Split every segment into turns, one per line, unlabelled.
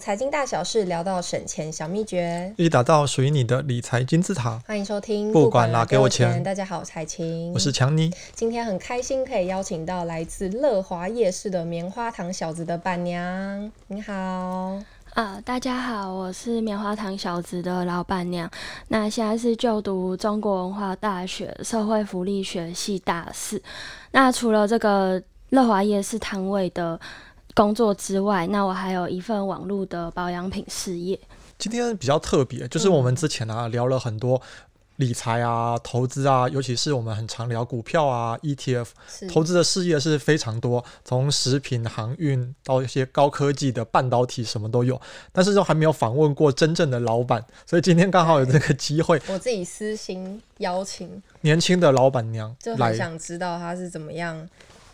财经大小事聊到省钱小秘诀，
一起打造属于你的理财金字塔。
欢迎收听。
不管啦
拿
给我钱
大家好，我是彩琴，
我是强尼，
今天很开心可以邀请到来自乐华夜市的棉花糖小子的板娘，你好。
呃，大家好，我是棉花糖小子的老板娘。那现在是就读中国文化大学社会福利学系大四。那除了这个乐华夜市摊位的工作之外，那我还有一份网络的保养品事业。
今天比较特别，就是
嗯
我们之前啊聊了很多理财啊、投资啊，尤其是我们很常聊股票啊、ETF，
是
投资的事业是非常多，从食品、航运到一些高科技的半导体，什么都有。但是都还没有访问过真正的老板，所以今天刚好有这个机会，
我自己私心邀请，
年轻的老板娘
就很
来。
想知道他是怎么样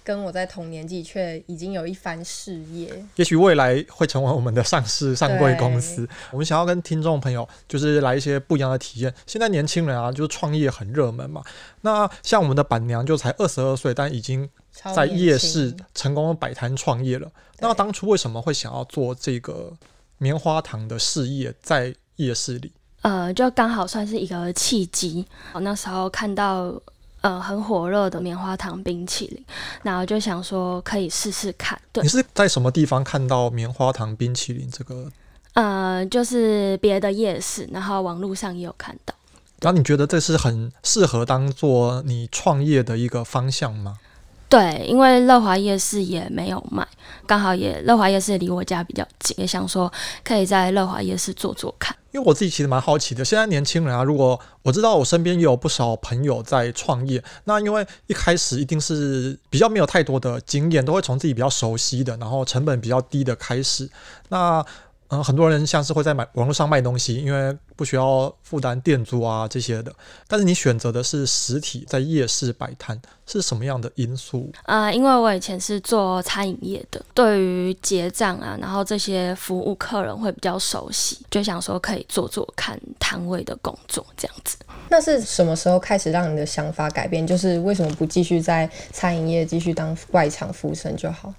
跟我在同年纪却已经有一番事业。
也许未来会成为我们的上市上柜公司
对。
我们想要跟听众朋友就是来一些不一样的体验。现在年轻人啊，就是创业很热门嘛。那像我们的板娘就才二十二岁，但已经
超
在
年
夜
轻
市成功地摆摊创业了。那当初为什么会想要做这个棉花糖的事业在夜市里？
呃，就刚好算是一个契机。我那时候看到呃很火热的棉花糖冰淇淋，然后就想说可以试试看。对
你，是在什么地方看到棉花糖冰淇淋这个？
呃，就是别的夜市，然后网络上也有看到。
然后你觉得这是很适合当做你创业的一个方向吗？
对，因为乐华夜市也没有卖，刚好也乐华夜市离我家比较近，也想说可以在乐华夜市做做看。
因为我自己其实蛮好奇的，现在年轻人啊，如果我知道我身边也有不少朋友在创业，那因为一开始一定是比较没有太多的经验，都会从自己比较熟悉的，然后成本比较低的开始。那嗯、呃很多人像是会在买网络上卖东西，因为不需要负担店租啊这些的。但是你选择的是实体在夜市摆摊，是什么样的因素？
呃，因为我以前是做餐饮业的，对于结账啊，然后这些服务客人会比较熟悉，就想说可以做做看摊位的工作这样子。
那是什么时候开始让你的想法改变？就是为什么不继续在餐饮业继续当外场服务生就好？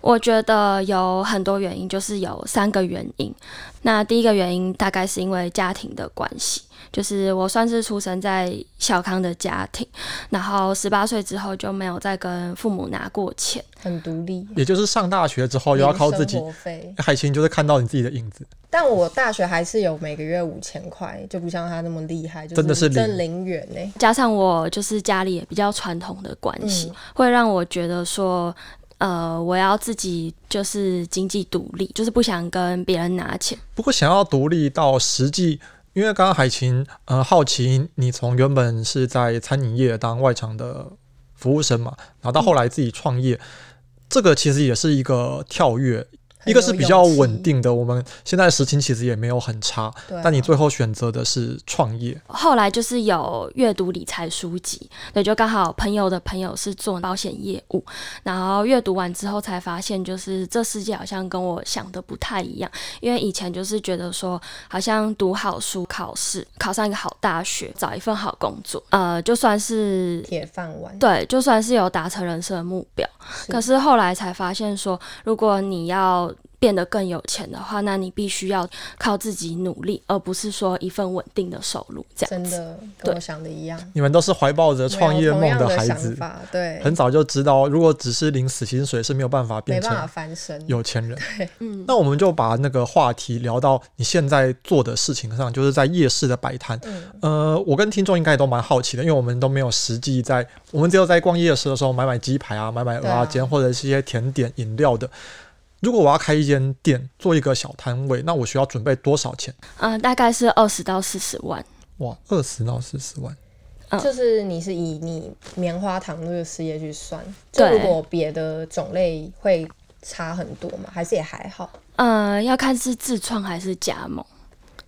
我觉得有很多原因，就是有三个原因。那第一个原因大概是因为家庭的关系，就是我算是出生在小康的家庭，然后十八岁之后就没有再跟父母拿过钱。
很独立，
也就是上大学之哦后又要靠自己
生，活费。
海清就是看到你自己的影子。
但我大学还是有每个月五千块，就不像他那么厉害，就
真的是零
真零元呢、
加上我就是家里也比较传统的关系，
嗯
会让我觉得说，呃，我要自己就是经济独立，就是不想跟别人拿钱。
不过想要独立到实际，因为刚刚海琴呃好奇你从原本是在餐饮业当外场的服务生嘛，然后到后来自己创业，这个其实也是一个跳跃，
很
一个是比较稳
有勇气，
定的。我们现在的时情其实也没有很差，
对啊
但你最后选择的是创业，
后来就是有阅读理财书籍，对，就刚好朋友的朋友是做保险业务，然后阅读完之后才发现，就是这世界好像跟我想的不太一样，因为以前就是觉得说，好像读好书、考试、考上一个好大学、找一份好工作，呃，就算是。
铁饭碗，
对，就算是有达成人生的目标，可是后来才发现说，如果你要变得更有钱的话，那你必须要靠自己努力，而不是说一份稳定的收入这样
真
子。
的跟我
对
想的一样。
你们都是怀抱着创业梦
我有同样的
孩
想
子，
法对，
很早就知道，如果只是领死薪水是没有办法
没
变
办法
成
翻身。
有钱人。
嗯，
那我们就把那个话题聊到你现在做的事情上，就是在夜市的摆摊。
嗯，
呃，我跟听众应该也都蛮好奇的，因为我们都没有实际在，我们只有在逛夜市的时候买买鸡排啊，买买鹅
对啊
啊煎，或者是一些甜点、饮料的。如果我要开一间店，做一个小摊位，那我需要准备多少钱？
嗯、大概是二十到四十万。
哇，二十到四十万，
嗯
就是你是以你棉花糖这个事业去算，就
对
如果别的种类会差很多嘛，还是也还好。
呃，要看是自创还是加盟。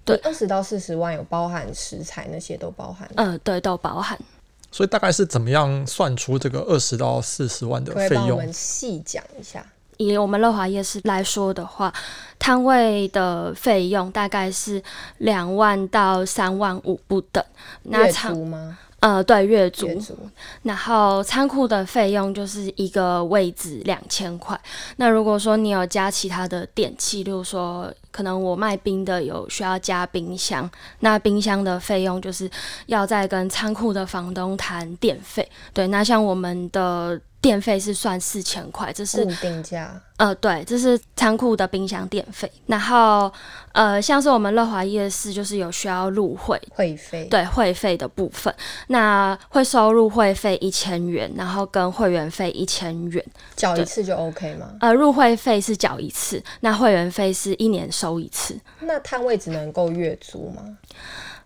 对
二十到四十万有包含食材那些都包含，
呃，对，都包含。
所以大概是怎么样算出这个二十到四十万的
可不可以
费
帮我
用
们？细讲一下？
以我们乐华夜市来说的话，摊位的费用大概是两万到三万五不等。那
月
场
租吗？
呃，对，月租
月，租
然后仓库的费用就是一个位置两千块。那如果说你有加其他的电器，例如说可能我卖冰的有需要加冰箱，那冰箱的费用就是要再跟仓库的房东谈电费。对，那像我们的电费是算四千块，这是
固定价，
呃，对，这是仓库的冰箱电费。然后，呃，像是我们乐华夜市就是有需要入会，
会费，
对会费的部分，那会收入会费一千元，然后跟会员费一千元。
缴一次就 OK 吗？
呃，入会费是缴一次，那会员费是一年收一次。
那摊位只能够月租吗？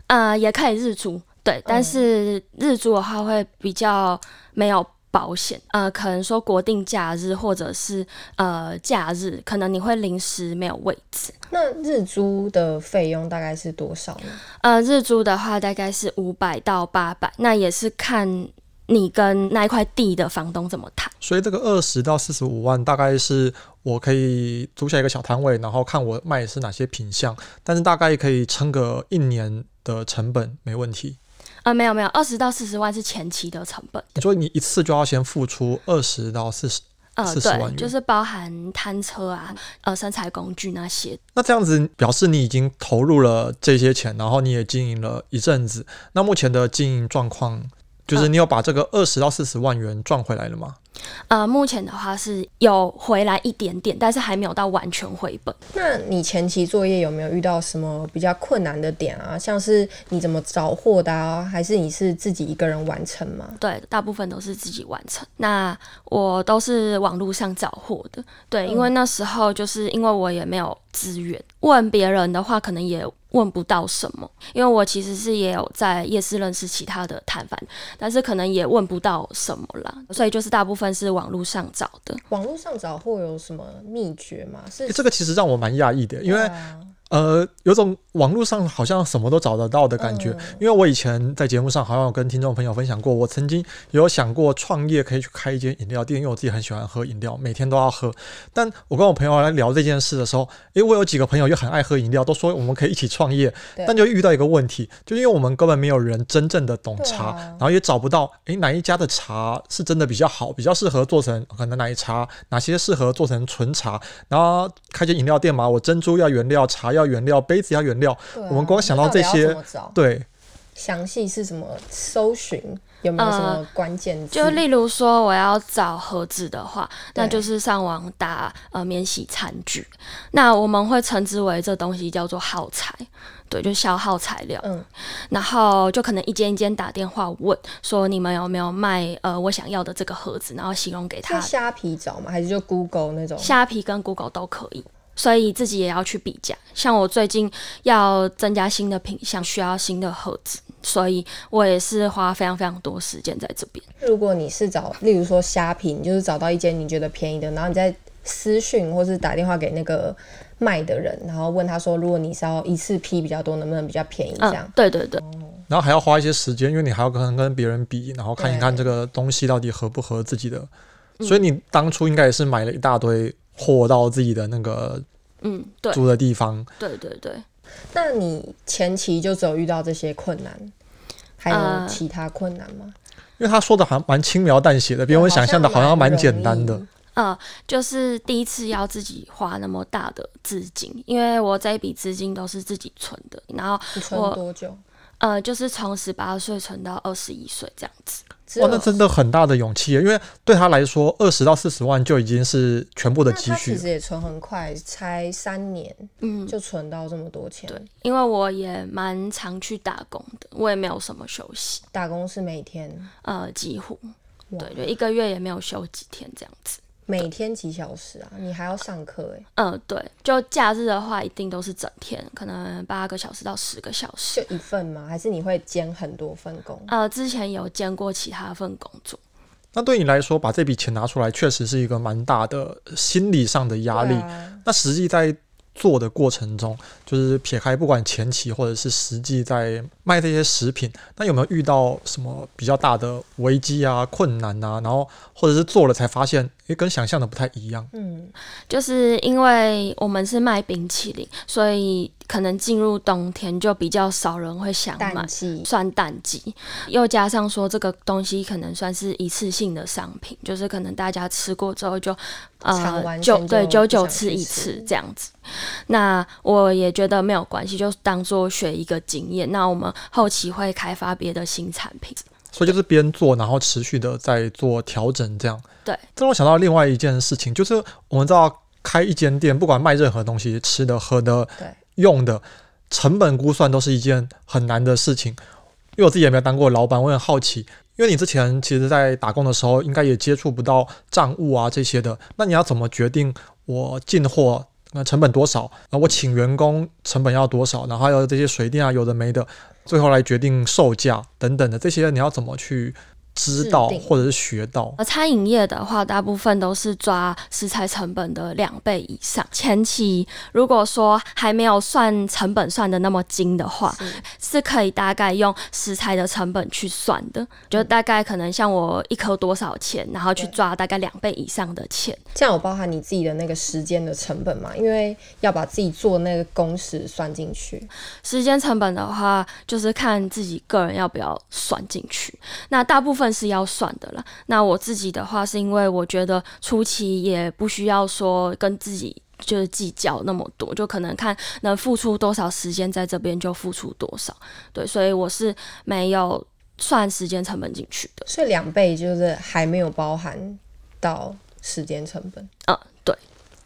呃，也可以日租，对，但是日租的话会比较没有。保险，呃，可能说国定假日或者是呃假日，可能你会临时没有位置。
那日租的费用大概是多少呢？
呃，日租的话大概是五百到八百，那也是看你跟那一块地的房东怎么谈。
所以这个二十到四十五万，大概是我可以租下一个小摊位，然后看我卖的是哪些品相，但是大概可以撑个一年的成本没问题。
呃，没有没有，二十到四十万是前期的成本，
你说你一次就要先付出二十到四十，
呃，
40万
对，
元
就是包含摊车啊，呃，生产工具那些。
那这样子表示你已经投入了这些钱，然后你也经营了一阵子。那目前的经营状况，就是你有把这个二十到四十万元赚回来了吗？
呃，目前的话是有回来一点点，但是还没有到完全回本。
那你前期作业有没有遇到什么比较困难的点啊？像是你怎么找货的啊？还是你是自己一个人完成吗？
对，大部分都是自己完成。那我都是网络上找货的，对，因为那时候就是因为我也没有资源，问别人的话可能也问不到什么，因为我其实是也有在夜市认识其他的摊贩，但是可能也问不到什么啦，所以就是大部分是网络上找的。
网络上找货有什么秘诀吗？是
诶这个其实让我蛮讶异的，因为、
对啊
呃，有种网络上好像什么都找得到的感觉。因为我以前在节目上好像有跟听众朋友分享过，我曾经有想过创业可以去开一间饮料店，因为我自己很喜欢喝饮料，每天都要喝。但我跟我朋友来聊这件事的时候，诶，我有几个朋友又很爱喝饮料，都说我们可以一起创业，
对
但就遇到一个问题，就因为我们根本没有人真正的懂
对
茶，
啊
然后也找不到诶哪一家的茶是真的比较好，比较适合做成呃可能奶茶，哪些适合做成纯茶，然后开间饮料店嘛，我珍珠要原料，茶要原料，杯子要原料，
对啊
我们光想到这
那到底要
些
怎么找
对，
详细是什么搜寻？有没有什么关键字？
呃就例如说，我要找盒子的话，
对
那就是上网打呃免洗餐具，那我们会称之为这东西叫做耗材，对，就消耗材料。
嗯，
然后就可能一间一间打电话问说你们有没有卖呃我想要的这个盒子，然后形容给
在
他。
虾皮找吗？还是就 Google 那种？
虾皮跟 Google 都可以。所以自己也要去比价，像我最近要增加新的品相，需要新的盒子，所以我也是花非常非常多时间在这边。
如果你是找，例如说虾皮，你就是找到一间你觉得便宜的，然后你再私讯或是打电话给那个卖的人，然后问他说，如果你是要一次批比较多，能不能比较便宜这样？
嗯，对对对。
然后还要花一些时间，因为你还要跟跟别人比，然后看一看这个东西到底合不合自己的，
嗯
所以你当初应该也是买了一大堆货到自己的那个
嗯，对
租的地方，
对对对，
那你前期就只有遇到这些困难，还有
呃
其他困难吗？
因为他说的还蛮轻描淡写的，呃比我想象的好像蛮简单的
容。易。
呃，就是第一次要自己花那么大的资金，因为我这一笔资金都是自己存的，然后
你存
我
多久？
呃，就是从十八岁存到二十一岁这样子。
只
哇
有，
哦那真的很大的勇气耶，因为对他来说，二十到四十万就已经是全部的
那
积
他
蓄
其
了。
实也存很快，才三年
嗯，
就存到这么多钱。
对，因为我也蛮常去打工的，我也没有什么休息，
打工是每天
呃，几乎
哇
对，就一个月也没有休几天这样子。
每天几小时啊？你还要上课哎、
嗯、对，就假日的话，一定都是整天，可能八个小时到十个小时。
就一份吗？还是你会兼很多份工？
啊
呃，之前有兼过其他份工作，
那对你来说，把这笔钱拿出来，确实是一个蛮大的心理上的压力。
对啊
那实际在做的过程中，就是撇开不管前期或者是实际在卖这些食品，那有没有遇到什么比较大的危机啊、困难啊？然后或者是做了才发现，诶、也跟想象的不太一样。
嗯，
就是因为我们是卖冰淇淋，所以可能进入冬天就比较少人会想买
淡，季
算淡季。又加上说这个东西可能算是一次性的商品，就是可能大家吃过之后就
常
呃
温
久
现在
对
就
久
不
久
想
吃
去
一
吃
次这样子。那我也觉得没有关系，就当做学一个经验。那我们后期会开发别的新产品。
所以就是边做，然后持续的在做调整，这样。
对。
这让我想到另外一件事情，就是我们知道开一间店，不管卖任何东西，吃的、喝的、
对，
用的，成本估算都是一件很难的事情。因为我自己也没有当过老板，我很好奇，因为你之前其实，在打工的时候，应该也接触不到账务啊这些的。那你要怎么决定我进货那成本多少，然后我请员工成本要多少，然后还有这些水电啊有的没的，最后来决定售价等等的这些，你要怎么去知道
制定
或者是学到？
呃，餐饮业的话，大部分都是抓食材成本的两倍以上。前期如果说还没有算成本算的那么精的话，
是
是可以大概用食材的成本去算的，就大概可能像我一颗多少钱，然后去
对
抓大概两倍以上的钱。
这样有包含你自己的那个时间的成本嘛？因为要把自己做那个工时算进去，
时间成本的话，就是看自己个人要不要算进去。那大部分是要算的啦。那我自己的话，是因为我觉得初期也不需要说跟自己。就是计较那么多，就可能看能付出多少时间在这边就付出多少，对，所以我是没有算时间成本进去的，
所以两倍就是还没有包含到时间成本。
嗯，对，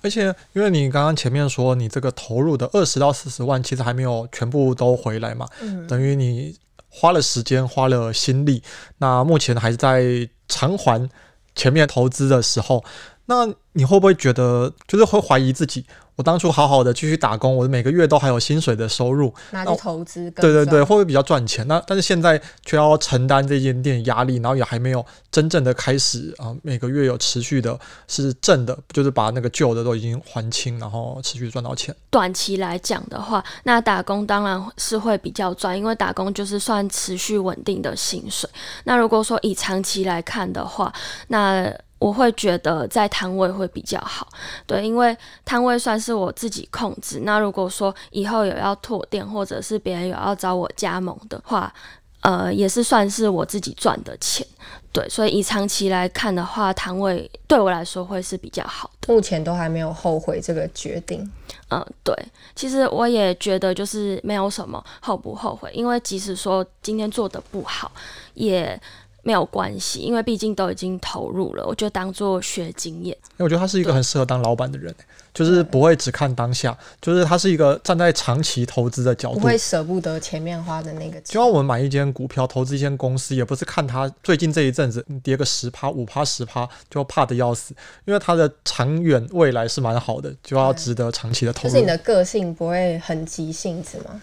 而且，因为你刚刚前面说你这个投入的二十到四十万，其实还没有全部都回来嘛，
嗯
等于你花了时间，花了心力，那目前还是在偿还前面投资的时候，那你会不会觉得就是会怀疑自己？我当初好好的继续打工，我每个月都还有薪水的收入，
拿
哦
去投资更
对对对，
赚，
会不会比较赚钱？那但是现在却要承担这间店压力，然后也还没有真正的开始啊、呃每个月有持续的是正的，就是把那个旧的都已经还清，然后持续赚到钱。
短期来讲的话，那打工当然是会比较赚，因为打工就是算持续稳定的薪水。那如果说以长期来看的话，那我会觉得在摊位会比较好，对，因为摊位算是我自己控制。那如果说以后有要拓店，或者是别人有要找我加盟的话，呃，也是算是我自己赚的钱，对，所以以长期来看的话，摊位对我来说会是比较好的。
目前都还没有后悔这个决定。
嗯，对，其实我也觉得就是没有什么后不后悔，因为即使说今天做的不好，也没有关系，因为毕竟都已经投入了，我就当做学经验。
因为我觉得他是一个很适合当老板的人，就是不会只看当下，就是他是一个站在长期投资的角
不
度。
会舍不得前面花的那个
哦
钱
就像。我们买一间股票，投资一间公司，也不是看它最近这一阵子嗯跌个十趴、五趴、十趴就怕的要死，因为它的长远未来是蛮好的，就要
对
值得长期的投
就
入。
是你的个性不会很急性子嘛，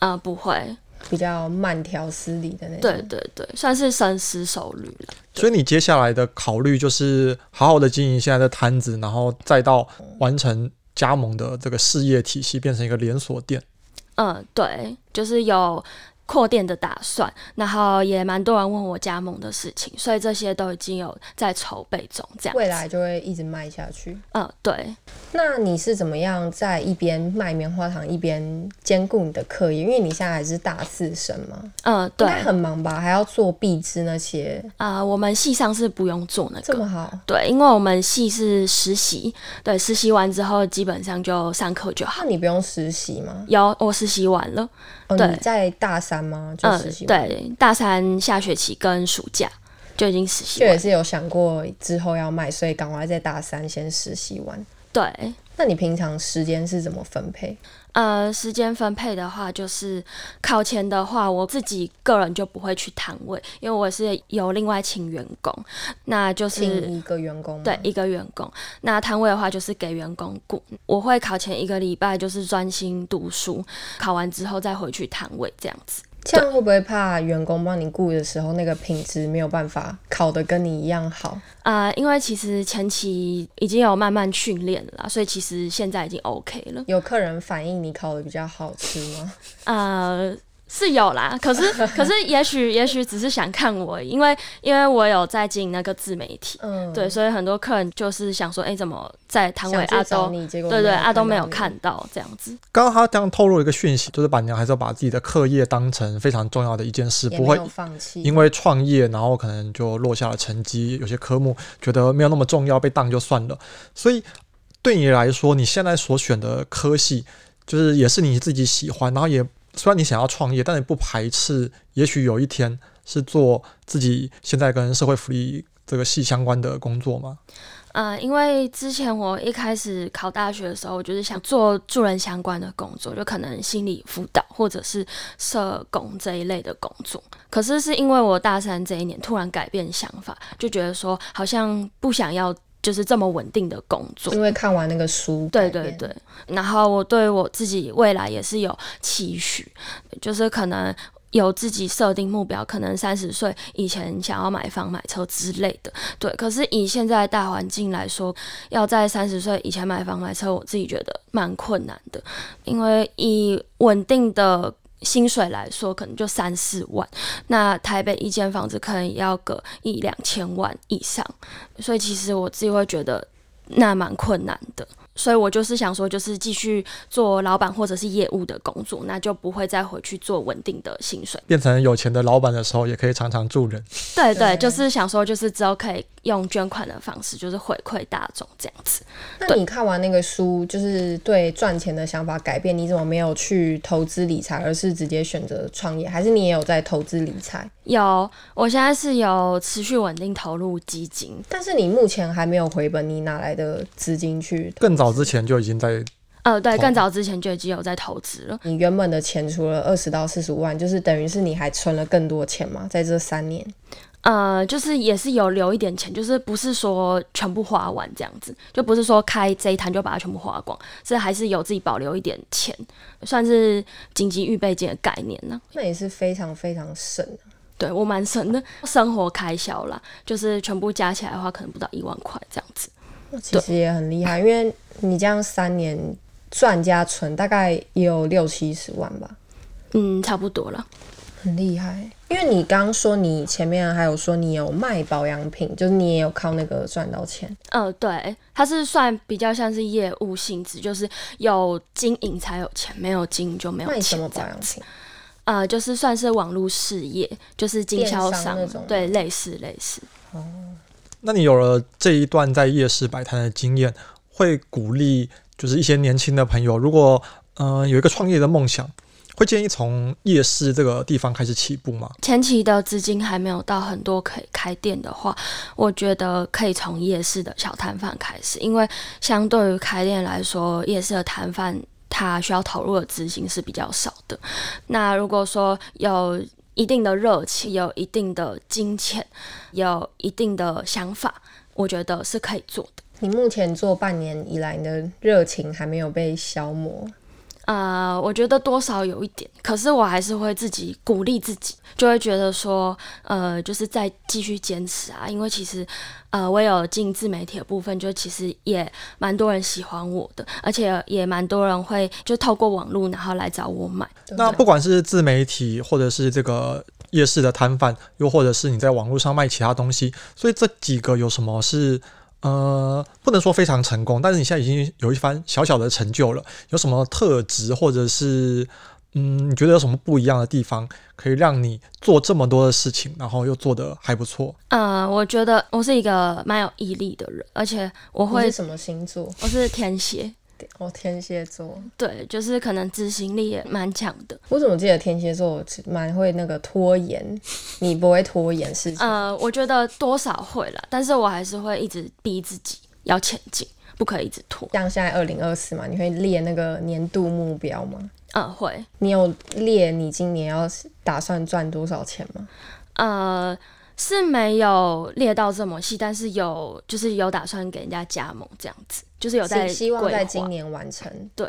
啊、不会，
比较慢条斯理的那种。
对，对对，算是深思熟虑了。
所以你接下来的考虑就是好好的经营现在的摊子，然后再到完成加盟的这个事业体系，变成一个连锁店。
嗯，对，就是有扩店的打算，然后也蛮多人问我加盟的事情，所以这些都已经有在筹备中，这样。
未，来就会一直卖下去。
嗯，对，
那你是怎么样在一边卖棉花糖一边兼顾你的课业？因为你现在还是大四生嘛，
嗯，
应
对，
该
啊、
很忙吧？还要做壁纸那些，
我们系上是不用做那
这
个，
么好？
对，因为我们系是实习，对，实习完之后基本上就上课就好
那。你不用实习吗？
有，我实习完了，
哦，
对
你在大三吗？就
嗯
实习、，
对，大三下学期跟暑假就已经实习
就也
完。
是有想过之后要卖，所以赶快在大三先实习完。
对，
那你平常时间是怎么分配？
呃，时间分配的话，就是考前的话，我自己个人就不会去摊位，因为我是有另外请员工，那就是
请一个员工吗？
对，一个员工。那摊位的话就是给员工雇，我会考前一个礼拜就是专心读书，考完之后再回去摊位这样子。
这样会不会怕员工帮你雇的时候，那个品质没有办法考得跟你一样好？
啊、因为其实前期已经有慢慢训练了啦，所以其实现在已经 OK 了。
有客人反映你考得比较好吃吗？
呃，是有啦，可是可是也许也许只是想看我而已，因为因为我有在经营那个自媒体，
嗯，
对，，所以很多客人就是想说，哎、怎么在摊位
想
阿
去找
都，
你，结果
对对，阿都没有
你
看到这样子，
刚刚他这样透露了一个讯息，就是板娘还是要把自己的课业当成非常重要的一件事，
也
不
没
会
有放弃，
因为创业，然后可能就落下了成绩，有些科目觉得没有那么重要，被当就算了。所以对你来说，你现在所选的科系，就是也是你自己喜欢，然后也虽然你想要创业，但你不排斥，也许有一天是做自己现在跟社会福利这个系相关的工作吗？
呃，因为之前我一开始考大学的时候，我就是想做助人相关的工作，就可能心理辅导或者是社工这一类的工作。可是是因为我大三这一年突然改变想法，就觉得说好像不想要就是这么稳定的工作，
因为看完那个书，
对对，对，然后我对我自己未来也是有期许，就是可能。有自己设定目标，可能三十岁以前想要买房、买车之类的，对。可是以现在的大环境来说，要在三十岁以前买房、买车，我自己觉得蛮困难的，因为以稳定的薪水来说，可能就三四万，那台北一间房子可能要个一两千万以上，所以其实我自己会觉得那蛮困难的。所以我就是想说，就是继续做老板或者是业务的工作，那就不会再回去做稳定的薪水。
变成有钱的老板的时候，也可以常常助人。
对
对对，就是想说，就是之后可以用捐款的方式，就是回馈大众这样子。
那
对
你看完那个书，就是对赚钱的想法改变，你怎么没有去投资理财，而是直接选择创业？还是你也有在投资理财？
有，我现在是有持续稳定投入基金，
但是你目前还没有回本，你哪来的资金去投？
更早之前就已经在
呃，对，
哦
更早之前就已经有在投资了。
你原本的钱除了二十到四十万，就是等于是你还存了更多钱嘛？在这三年，
呃，就是也是有留一点钱，就是不是说全部花完这样子，就不是说开这一摊就把它全部花光，是还是有自己保留一点钱，算是紧急预备金的概念呢、
那也是非常非常省。
对我蛮省的，生活开销啦，就是全部加起来的话，可能不到一万块这样子。
其实也很厉害，因为你这样三年赚加存，大概也有六七十万吧，
嗯，差不多了。
很厉害。因为你刚刚说你前面还有说你有卖保养品，就是你也有靠那个赚到钱，
嗯、对，它是算比较像是业务性质，就是有经营才有钱，没有经营就没有
卖什
钱
么
这
保
样
养
子。
品？
呃，就是算是网络事业，就是经
电
销
商
商
那种吗
对，类似类似。
那你有了这一段在夜市摆摊的经验，会鼓励就是一些年轻的朋友，如果嗯、呃有一个创业的梦想，会建议从夜市这个地方开始起步吗？
前期的资金还没有到很多可以开店的话，我觉得可以从夜市的小摊贩开始，因为相对于开店来说，夜市的摊贩它需要投入的资金是比较少的。那如果说有一定的热情，有一定的金钱，有一定的想法，我觉得是可以做的。
你目前做半年以来，你的热情还没有被消磨，
呃，我觉得多少有一点，可是我还是会自己鼓励自己，就会觉得说，呃，就是再继续坚持啊，因为其实，呃，我有进自媒体的部分，就其实也蛮多人喜欢我的，而且也蛮多人会就透过网络然后来找我买。
对
那
不
不
对？
管是自媒体，或者是这个夜市的摊贩，又或者是你在网络上卖其他东西，所以这几个有什么是呃不能说非常成功，但是你现在已经有一番小小的成就了，有什么特质或者是？嗯，你觉得有什么不一样的地方，可以让你做这么多的事情，然后又做得还不错？
呃，我觉得我是一个蛮有毅力的人，而且我
你
会
是，什么星座？
我是天蝎，
哦，天蝎座。
对，就是可能执行力也蛮强的。
我怎么记得天蝎座蛮会那个拖延？你不会拖延事情，
呃，我觉得多少会啦，但是我还是会一直逼自己要前进，不可以一直拖。
像现在二零二四嘛，你会列那个年度目标吗？
嗯，会。
你有列你今年要打算赚多少钱吗？
呃，是没有列到这么细，但是有就是有打算给人家加盟这样子，就是有在
希希望
规
在
划
今年完成，
对。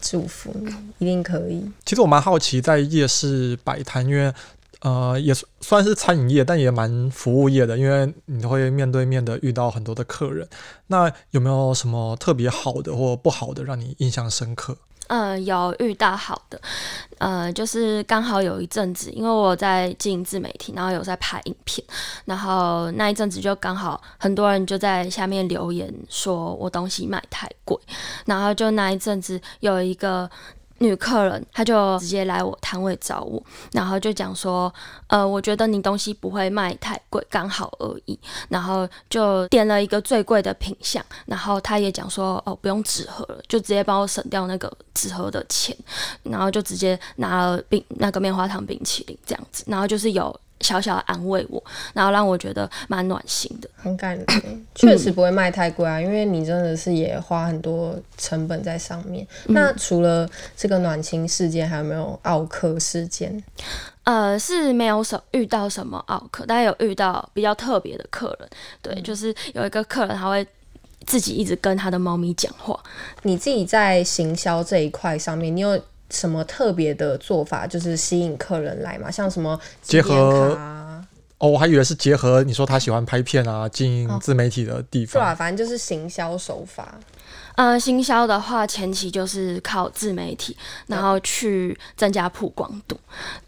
祝福你一定可以。
其实我蛮好奇，在夜市摆摊，因为呃，也算是餐饮业，但也蛮服务业的，因为你会面对面的遇到很多的客人。那有没有什么特别好的或不好的让你印象深刻？
嗯，有遇到好的，呃，就是刚好有一阵子，因为我在经营自媒体，然后有在拍影片，然后那一阵子就刚好很多人就在下面留言说我东西卖太贵，然后就那一阵子有一个女客人，她就直接来我摊位找我，然后就讲说，呃，我觉得你东西不会卖太贵，刚好而已，然后就点了一个最贵的品相，然后她也讲说，哦，不用纸盒了，就直接帮我省掉那个纸盒的钱，然后就直接拿了冰那个棉花糖冰淇淋这样子，然后就是有。小小的安慰我，然后让我觉得蛮暖心的。
很感人欸，确
嗯
实不会卖太贵啊，因为你真的是也花很多成本在上面。
嗯
那除了这个暖心事件，还有没有奥克事件？
呃，是没有什遇到什么奥客，但有遇到比较特别的客人。对，就是有一个客人他会自己一直跟他的猫咪讲话，
你自己在行销这一块上面，你有什么特别的做法，就是吸引客人来嘛？像什么
结
纪念
合
卡啊，
哦，我还以为是结合你说他喜欢拍片啊、经
哦
营自媒体的地
对
方。
啊，反正就是行销手法。
呃，行销的话，前期就是靠自媒体，然后去增加曝光度。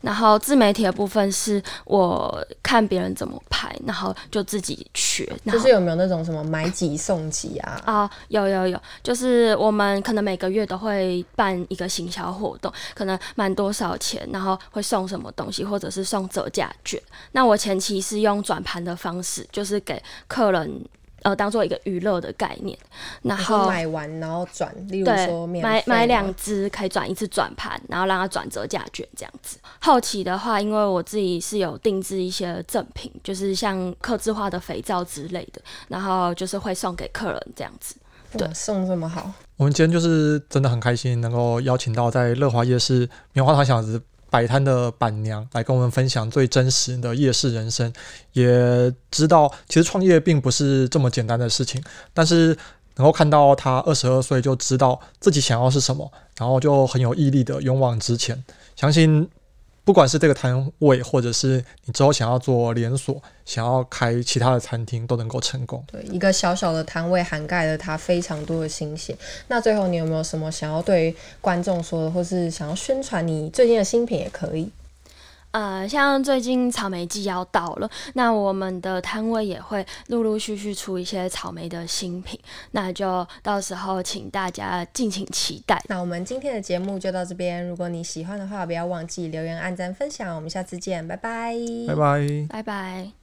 然后自媒体的部分是我看别人怎么拍，然后就自己学。然
就
后
是有没有那种什么买几送几啊？
啊、有有有，就是我们可能每个月都会办一个行销活动，可能满多少钱，然后会送什么东西，或者是送折价券。那我前期是用转盘的方式，就是给客人呃当做一个娱乐的概念，然
你说
后
买完然后转，例如说
啊对，
免
买
费
买
吗
两只可以转一次转盘，然后让它转折价券这样子。后期的话，因为我自己是有定制一些赠品，就是像刻字化的肥皂之类的，然后就是会送给客人这样子。对
哇送这么好，
我们今天就是真的很开心，能够邀请到在乐华夜市棉花糖小子摆摊的板娘来跟我们分享最真实的夜市人生，也知道其实创业并不是这么简单的事情，但是能够看到她二十二岁就知道自己想要是什么，然后就很有毅力的勇往直前，相信。不管是这个摊位，或者是你之后想要做连锁，想要开其他的餐厅，都能够成功。
对，一个小小的摊位涵盖了他非常多的心血。那最后你有没有什么想要对观众说的，或是想要宣传你最近的新品也可以？
呃，像最近草莓季要到了，那我们的摊位也会陆陆续续出一些草莓的新品，那就到时候请大家敬请期待。
那我们今天的节目就到这边，如果你喜欢的话，不要忘记留言、按赞、分享。我们下次见，拜拜，
拜拜。
拜拜。